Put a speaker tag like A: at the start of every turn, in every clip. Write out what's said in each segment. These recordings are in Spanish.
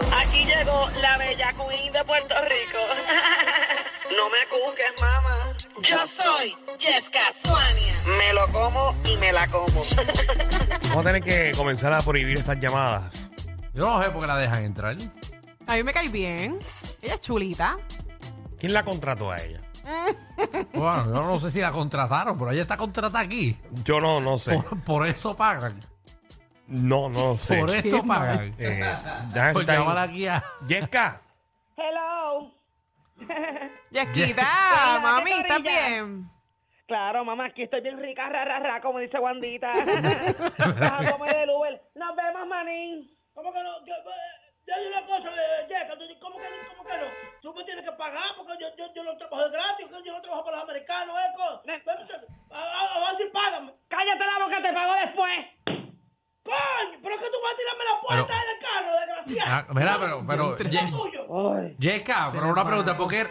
A: Aquí llegó la bella queen de Puerto Rico. No me cuques, mamá. Yo soy Jessica Suania. Me lo como y me la como.
B: Vamos a tener que comenzar a prohibir estas llamadas.
C: Yo no sé por qué la dejan entrar.
D: A mí me cae bien. Ella es chulita.
B: ¿Quién la contrató a ella?
C: Bueno, yo no sé si la contrataron, pero ella está contratada aquí.
B: Yo no, no sé.
C: Por, por eso pagan.
B: No, no sé.
C: Por eso pagan.
B: Eh, ya
C: Por
B: está ahí.
C: llamar aquí a...
B: Yesca,
A: Hello.
D: Yesquita, mami,
A: qué
D: ¿estás
A: torrilla.
D: bien?
A: Claro, mamá, aquí estoy bien rica, ra, ra, ra, como dice Wandita. Vamos a comer del Uber. Nos vemos, manín.
E: ¿Cómo que no? Yo, eh, yo hay una cosa, eh, Jessica, tú- ¿cómo que, ¿cómo que no? Tú me tienes que pagar porque yo, yo, yo no trabajo de gratis, que yo no trabajo para los americanos, ¿eh? co- Ven, a- a- Ahora sí págame.
A: Cállate la boca, te pago después.
E: ¡Coño! ¿Pero es que tú vas a tirarme la puerta
C: Pero-
E: del carro, desgraciado?
C: Ah, mira, pero... pero Ye-
E: tuyo.
C: Yeka, pero una pregunta. ¿Por qué,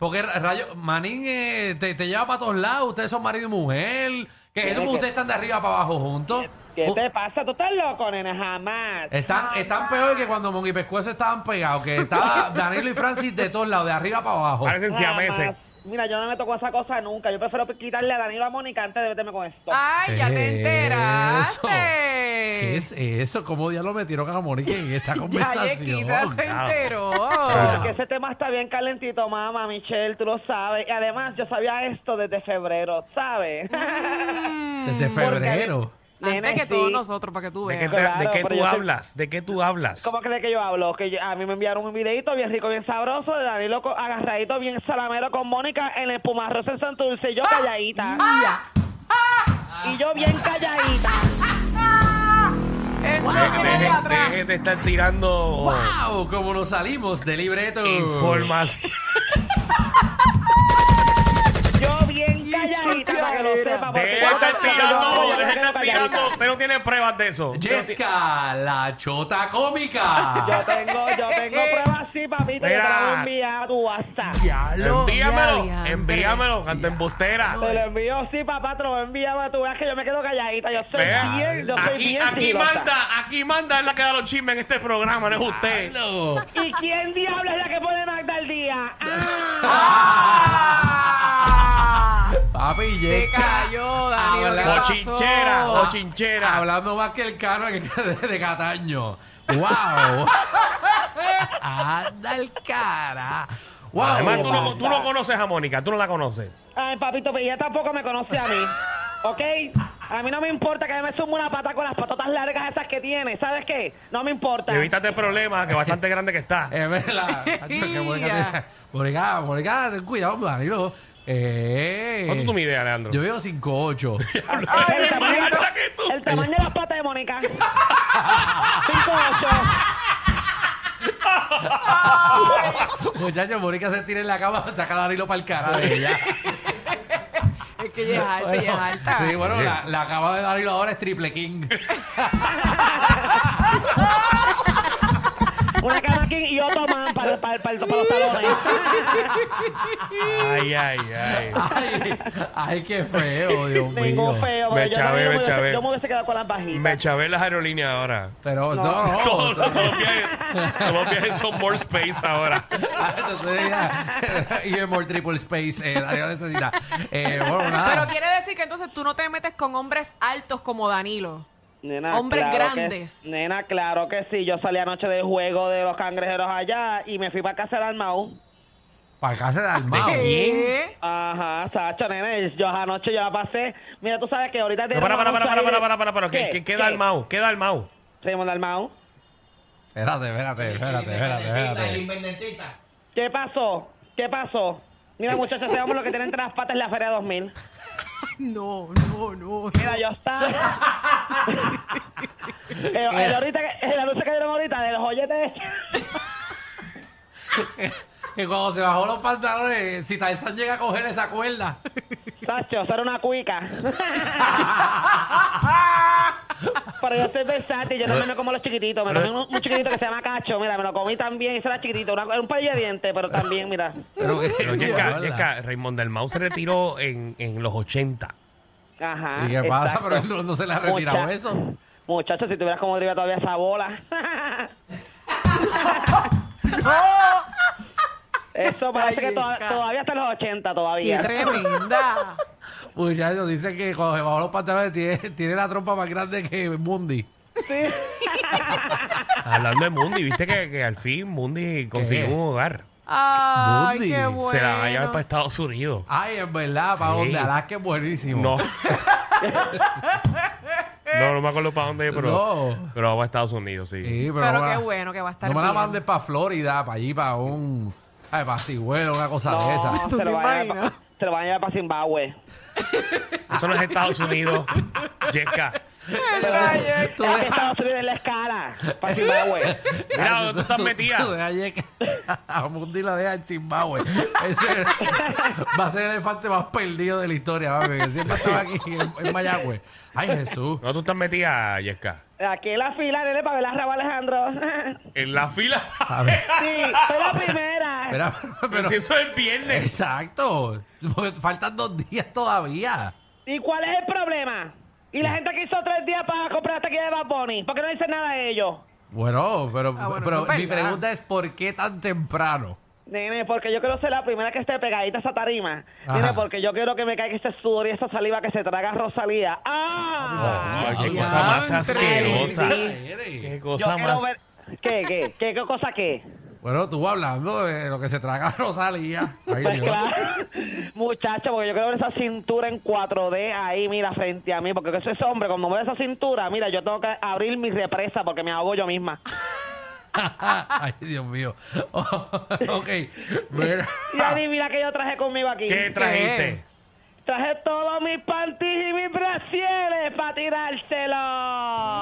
C: por qué Rayo... Manín eh, te, te lleva para todos lados? Ustedes son marido y mujer. ¿Qué es eso? Ustedes están de arriba para abajo juntos.
A: ¿Qué
C: Uh,
A: te pasa? ¿Tú estás loco, nena? Jamás.
C: Están, están peor que cuando Mon y Pescuezo estaban pegados, que estaba Danilo y Francis de todos lados, de arriba para abajo.
B: parecen
A: Ah,
B: siameses.
A: Jamás. Mira, yo no me toco esa cosa nunca. Yo prefiero quitarle a Danilo a Mónica antes de meterme con esto.
D: Ay, ya te
C: Eso.
D: enteraste.
C: ¿Qué es eso? ¿Cómo diablos metieron a Mónica en esta
D: Ya
C: conversación?
D: Yesquita se
B: Claro.
D: enteró.
A: Que ese tema está bien calentito, mamá, Michelle, tú lo sabes. Y además, yo sabía esto desde febrero, ¿sabes?
D: Mm,
C: Desde febrero.
A: Nena,
D: Antes que
A: sí.
D: todos nosotros, para que tú
B: ¿de qué,
D: veas.
B: te-
A: Claro,
B: de qué
A: pero
B: tú
A: yo soy-
B: hablas? ¿De qué tú hablas?
A: ¿Cómo crees que yo hablo? Que yo- a mí me enviaron un videito bien rico, bien sabroso, de Danilo co- agarradito, bien salamero con Mónica en el Pumarrosa en Santurce, y yo calladita.
D: Ah.
A: Y yo bien calladita.
D: Ah. Esto viene de
B: Deje,
D: atrás.
B: deje de estar tirando
C: ¡Wow! Como nos salimos de libreto.
B: información.
A: Yo bien
D: Y
A: calladita,
D: yo
A: para que lo
D: era.
A: sepa. porque
B: Deje de
A: yo-
B: estar
A: yo- yo-
B: tirando,
A: yo-
B: deje de estar
A: calladita.
B: tirando. Usted no tiene pruebas de eso.
C: Jessica, la chota
A: Yo
C: cómica.
A: tengo, yo tengo pruebas, sí, papito, yo te
B: Ah. Eh.
A: las
B: Mira.
A: voy a enviar a tu WhatsApp.
B: Envíamelo,
D: Ya,
B: envíamelo, canto embustera.
A: Te lo envío, sí, papá, te lo envío a tu veas que yo me quedo calladita. Yo soy
B: Vea,
A: bien, yo soy
B: Aquí,
A: bien
B: aquí
A: filosa.
B: manda, aquí manda es la que da los chismes en este programa, no es usted.
C: Diablo.
A: ¿Y quién diablo es la que pone Magda al día? Ah,
D: Ah,
C: Papi,
D: Se
C: Jessica.
D: cayó, Danilo. ¿Qué
C: Habla-
D: pasó?
B: Bochinchera, bochinchera.
C: Hablando más que el cano de, de Cataño. ¡Wow! Anda el cara. ¡Wow!
B: Además, tú no, tú no conoces a Mónica, tú no la conoces.
A: Ay, papito, pero ella tampoco me conoce a mí. ¿Ok? A mí no me importa que me sume una pata con las patotas largas esas que tiene. ¿Sabes qué? No me importa.
B: Evítate problemas, que bastante grande que está.
C: Es verdad. Cacho, que Mónica, te- Mónica, Mónica, ten cuidado, hombre, Danilo. Eh,
B: ¿Cuánto tú mides, Alejandro?
C: Yo veo 5'8.
A: Ay, el, tamaño,
B: alta que tú.
A: el tamaño de las patas de Mónica. 5'8".
C: Muchachos, Mónica se tira en la cama, saca a Danilo para el cara de ella.
D: Es que ella es alta, ella es alta.
C: Sí, bueno, la, la cama de Danilo ahora es triple king.
A: Una cama king y otro man para, para, para, para los talones.
B: Ay, ay, ay.
C: Ay, ay, qué feo, Dios mío.
A: Ningún feo.
B: Me
A: porque yo
B: chavé,
A: también
B: me
A: hubiese-
B: chavé.
A: Yo me hubiese quedado con las bajitas.
B: Me chavé las aerolíneas ahora.
C: Pero no, no.
B: Todos los, todos los viajes, todos los viajes son more space ahora.
C: Ah, entonces ya. Y es more triple space. Eh, Danilo necesita. Eh, bueno, nada.
D: Pero quiere decir que entonces tú no te metes con hombres altos como Danilo.
A: Nena,
D: Hombres
A: claro que-
D: grandes.
A: nena, claro que sí. Yo salí anoche del juego de los cangrejeros allá y me fui para casa del Almau.
C: Para casa de Almao.
D: ¿Qué?
A: Ajá, Sacho, nene. Yo anoche ya pasé. Mira, tú sabes que ahorita...
B: Pero
A: tiene
B: para,
A: una
B: para, para,
A: cosa
B: para,
A: ahí
B: para,
A: de-
B: para, para, para. ¿Qué,
A: ¿Qué?
B: qué queda
A: ¿Qué?
B: el Mau? ¿Qué da el Mau?
A: Raymond Dalmau.
C: Espérate, espérate, espérate, espérate, espérate.
A: ¿Qué pasó? ¿Qué pasó? Mira, muchachos, sabemos lo que tienen entre las patas en la Feria 2000.
D: No, no, no.
A: Mira, yo estaba... El, Eh, el ahorita, que- el anuncio que dieron ahorita de los joyetes.
C: Que cuando se bajó los pantalones, si Tarzán llega a coger esa cuerda.
A: Sacho, eso era una cuica. Pero yo soy versátil, yo también no como los chiquititos. Me comí un, un chiquitito que se llama Cacho, mira, me lo comí también, ese era chiquitito, una- era un par de dientes, pero también, mira.
C: Pero que.
B: Pero Yesca,
C: Hola.
B: Yesca, Raymond del Mau se retiró en, en los 80.
A: Ajá.
C: ¿Y qué pasa?
A: exacto.
C: Pero él no, no se le ha retirado
A: Mucha-
C: eso.
A: Muchacho, si tuvieras como driba todavía esa bola. Eso parece que
D: bien,
A: toda-
D: cara.
A: todavía hasta los 80
D: ¡Qué
A: todavía.
D: tremenda!
C: Muchachos, dice que cuando se bajó los pantalones tiene, tiene la trompa más grande que Mundi.
B: Hablando de Mundi, viste que, que al fin Mundi consiguió
C: ¿Qué?
B: un hogar.
D: ¡Ay,
C: Mundi,
D: qué
C: se
D: bueno!
B: Se la va a llevar para Estados Unidos.
C: Ay, es verdad, para
B: Sí.
C: donde Alaska es buenísimo.
B: No. no, no me acuerdo para dónde, pero,
C: No.
B: pero va a Estados Unidos, sí.
C: Sí, pero,
D: Pero
C: no me
D: qué
C: la-
D: bueno que va a estar
C: No me la
D: bien.
C: mandes para Florida, para allí, para un. Ay, para Sigüero, una cosa de esa.
A: No,
D: ¿Tú
A: se
D: te
A: lo van a llevar
D: imaginas?
A: pa- se lo van a llevar para Zimbabue.
B: Eso no es Estados Unidos, Yesca.
C: Tú
A: Es que
C: dejas-
A: Estados Unidos es la escala para Zimbabue.
B: Mira, ¿dónde Ah, tú estás metida?
C: tú dejas llegar- a Mundi la deja en Zimbabue. Ese va a ser el elefante más perdido de la historia, papi, que siempre estaba aquí en, en Mayagüe. Ay, Jesús.
B: ¿Dónde tú estás metida, Yesca?
A: Aquí en la fila, nene, para ver la raba Alejandro.
B: En la fila.
C: A ver,
A: Sí, soy la primera.
C: espera, pero.
B: Ah. Pero si eso es viernes.
C: Exacto. Porque Faltan dos días todavía.
A: ¿Y cuál es el problema? Y la gente que hizo tres días para comprar esta aquí de Bad Bunny, ¿por qué no dicen nada de ellos?
C: Bueno, pero,
D: Ah, bueno,
C: pero
D: eso es
C: mi
D: verdad.
C: pregunta es: ¿por qué tan temprano?
A: Nene, porque yo quiero ser la primera que esté pegadita a esa tarima.
C: Ajá.
A: Nene, porque yo quiero que me caiga ese sudor y esa saliva que se traga Rosalía. ¡Ah!
B: Oh, Ay, qué
D: Ay,
B: cosa más
D: diantre.
B: asquerosa.
C: Ay,
B: Qué
A: yo
B: cosa
A: quiero
B: más.
A: ver... ¿Qué, qué? ¿Qué, qué cosa qué?
C: Bueno, tú hablando de lo que se traga Rosalía. Ay,
A: Pues
C: Dios.
A: claro, muchacho, porque yo quiero ver esa cintura en 4D ahí, mira, frente a mí, porque ese es hombre, cuando me ve esa cintura, mira, yo tengo que abrir mi represa porque me ahogo yo misma.
C: Ay, Dios mío. ok. Mira.
A: Y adivina que yo traje conmigo aquí.
B: ¿Qué trajiste?
A: Traje todos mis panties y mis brasieres para tirárselo.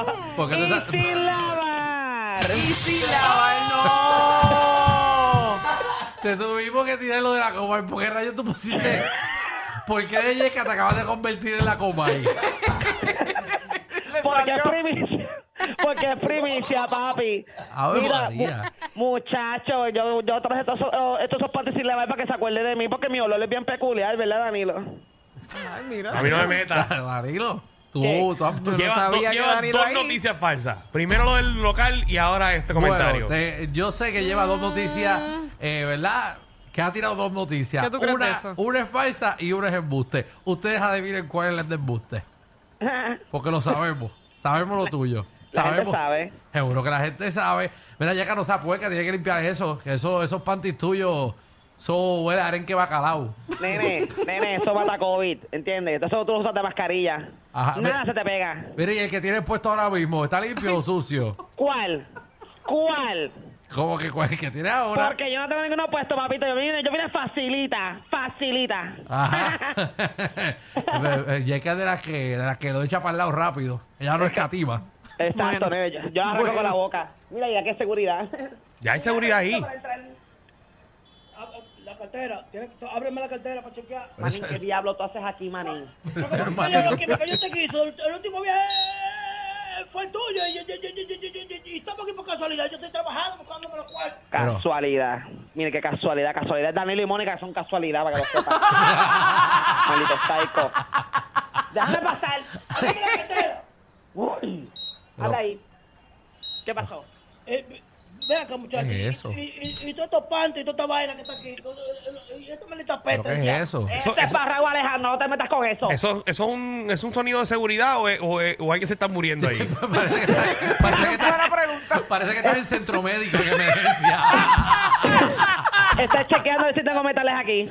C: Mm. ¿Por qué te
A: y
C: tra-
A: sin lavar.
D: ¡Y si la no!
C: Te tuvimos que tirar lo de la coma. ¿Por qué rayos tú pusiste? ¿Por qué de Yesca te acabas de convertir en la coma ahí?
D: Le
A: Porque es
D: salió.
A: primicia. Porque es primicia, papi.
C: Ave María.
A: mu- muchacho, yo, yo traje todos esos, oh, estos esos panties sin lavar para que se acuerde de mí, porque mi olor es bien peculiar, ¿verdad, Danilo?
D: Ay, mira.
B: A mí no me metas.
C: Danilo. Tú,
A: ¿Qué?
C: tú has-
B: Llevas,
D: sabía
B: do-
D: que
B: llevas
D: Danilo
B: dos
D: ahí-
B: noticias falsas. Primero lo del local y ahora este
C: Bueno,
B: comentario.
C: te- yo sé que lleva dos noticias, eh, ¿verdad? Que ha tirado dos noticias.
D: Ah. ¿Qué tú crees
C: una,
D: de eso?
C: una es falsa y una es embuste. Ustedes adivinen cuál es la de embuste. Porque lo sabemos. sabemos lo tuyo.
A: La gente
C: sabemos.
A: sabe.
C: Seguro que la gente sabe. Mira, ya que no se apueca, tiene que limpiar eso. Que eso- esos pantis tuyos son huele a arenque bacalao.
A: Nene, nene, eso mata COVID, ¿entiendes? Entonces tú lo usas de mascarilla.
C: Ajá,
A: Nada
C: ve-
A: se te pega.
C: Mira, y el que tienes puesto ahora mismo, ¿está limpio o sucio?
A: ¿Cuál? ¿Cuál?
C: ¿Cómo que cuál es el que tiene ahora?
A: Porque yo no tengo ninguno puesto, papito. Yo vine, yo vine facilita, facilita.
C: Ajá. Eh, eh, Yeka es de las que, de las que lo echa para el lado rápido. Ella no escatima.
A: Exacto,
D: Bueno.
A: nene. Yo, yo arranco
D: Bueno.
A: con la boca. Mira, ya qué seguridad.
B: Ya hay seguridad ahí.
E: Ah, ah, La cartera, tiene que- ábreme la cartera para chequear.
A: Manín, ¿qué diablo tú haces aquí, manín?
C: Ese es
E: Oye,
C: Mario.
E: lo que lo que yo te quiso, el el último viaje fue el tuyo y, y- y- y- y- y- y estamos aquí por casualidad. Yo estoy trabajando, buscándome los cuartos.
C: Pero-
A: Casualidad. Mire, qué casualidad, casualidad. Danilo y Mónica son casualidad para que lo sepan. Maldito psycho. Déjame pasar.
E: Ábreme la cartera.
A: Uy.
C: Pero-
A: Habla ahí. ¿Qué pasó?
E: Eh, Ven acá, muchachos.
C: ¿Qué es eso?
E: Y, y, y, y todos estos pantos y toda esta vaina que está aquí. Y esta maldita
C: ¿Pero
E: peste.
C: qué es eso?
B: Eso-
A: este
B: eso-
A: parrago, Alejandro, no te metas con eso.
B: ¿Eso, eso es, un, es un sonido de seguridad o, es- o, es- o alguien se está muriendo ahí?
C: Parece que está- parece que
D: Buena
C: está-
D: pregunta.
C: parece que está en el centro médico en emergencia.
A: Estoy chequeando a ver si tengo metales aquí.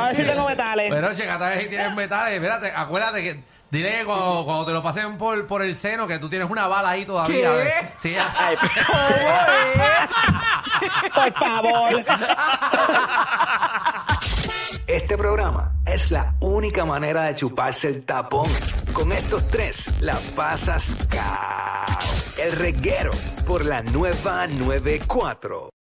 A: A ver si tengo metales.
C: Pero checa, tal vez si tienes metales. Espérate, acuérdate que. Dile que cuando, cuando te lo pasen por, por el seno que tú tienes una bala ahí todavía.
D: ¿Qué?
C: ¿eh? Sí, ya-
A: Por favor.
F: Este programa es es la única manera de chuparse el tapón. Con estos tres la pasas cao. El reguero por la nueva 94.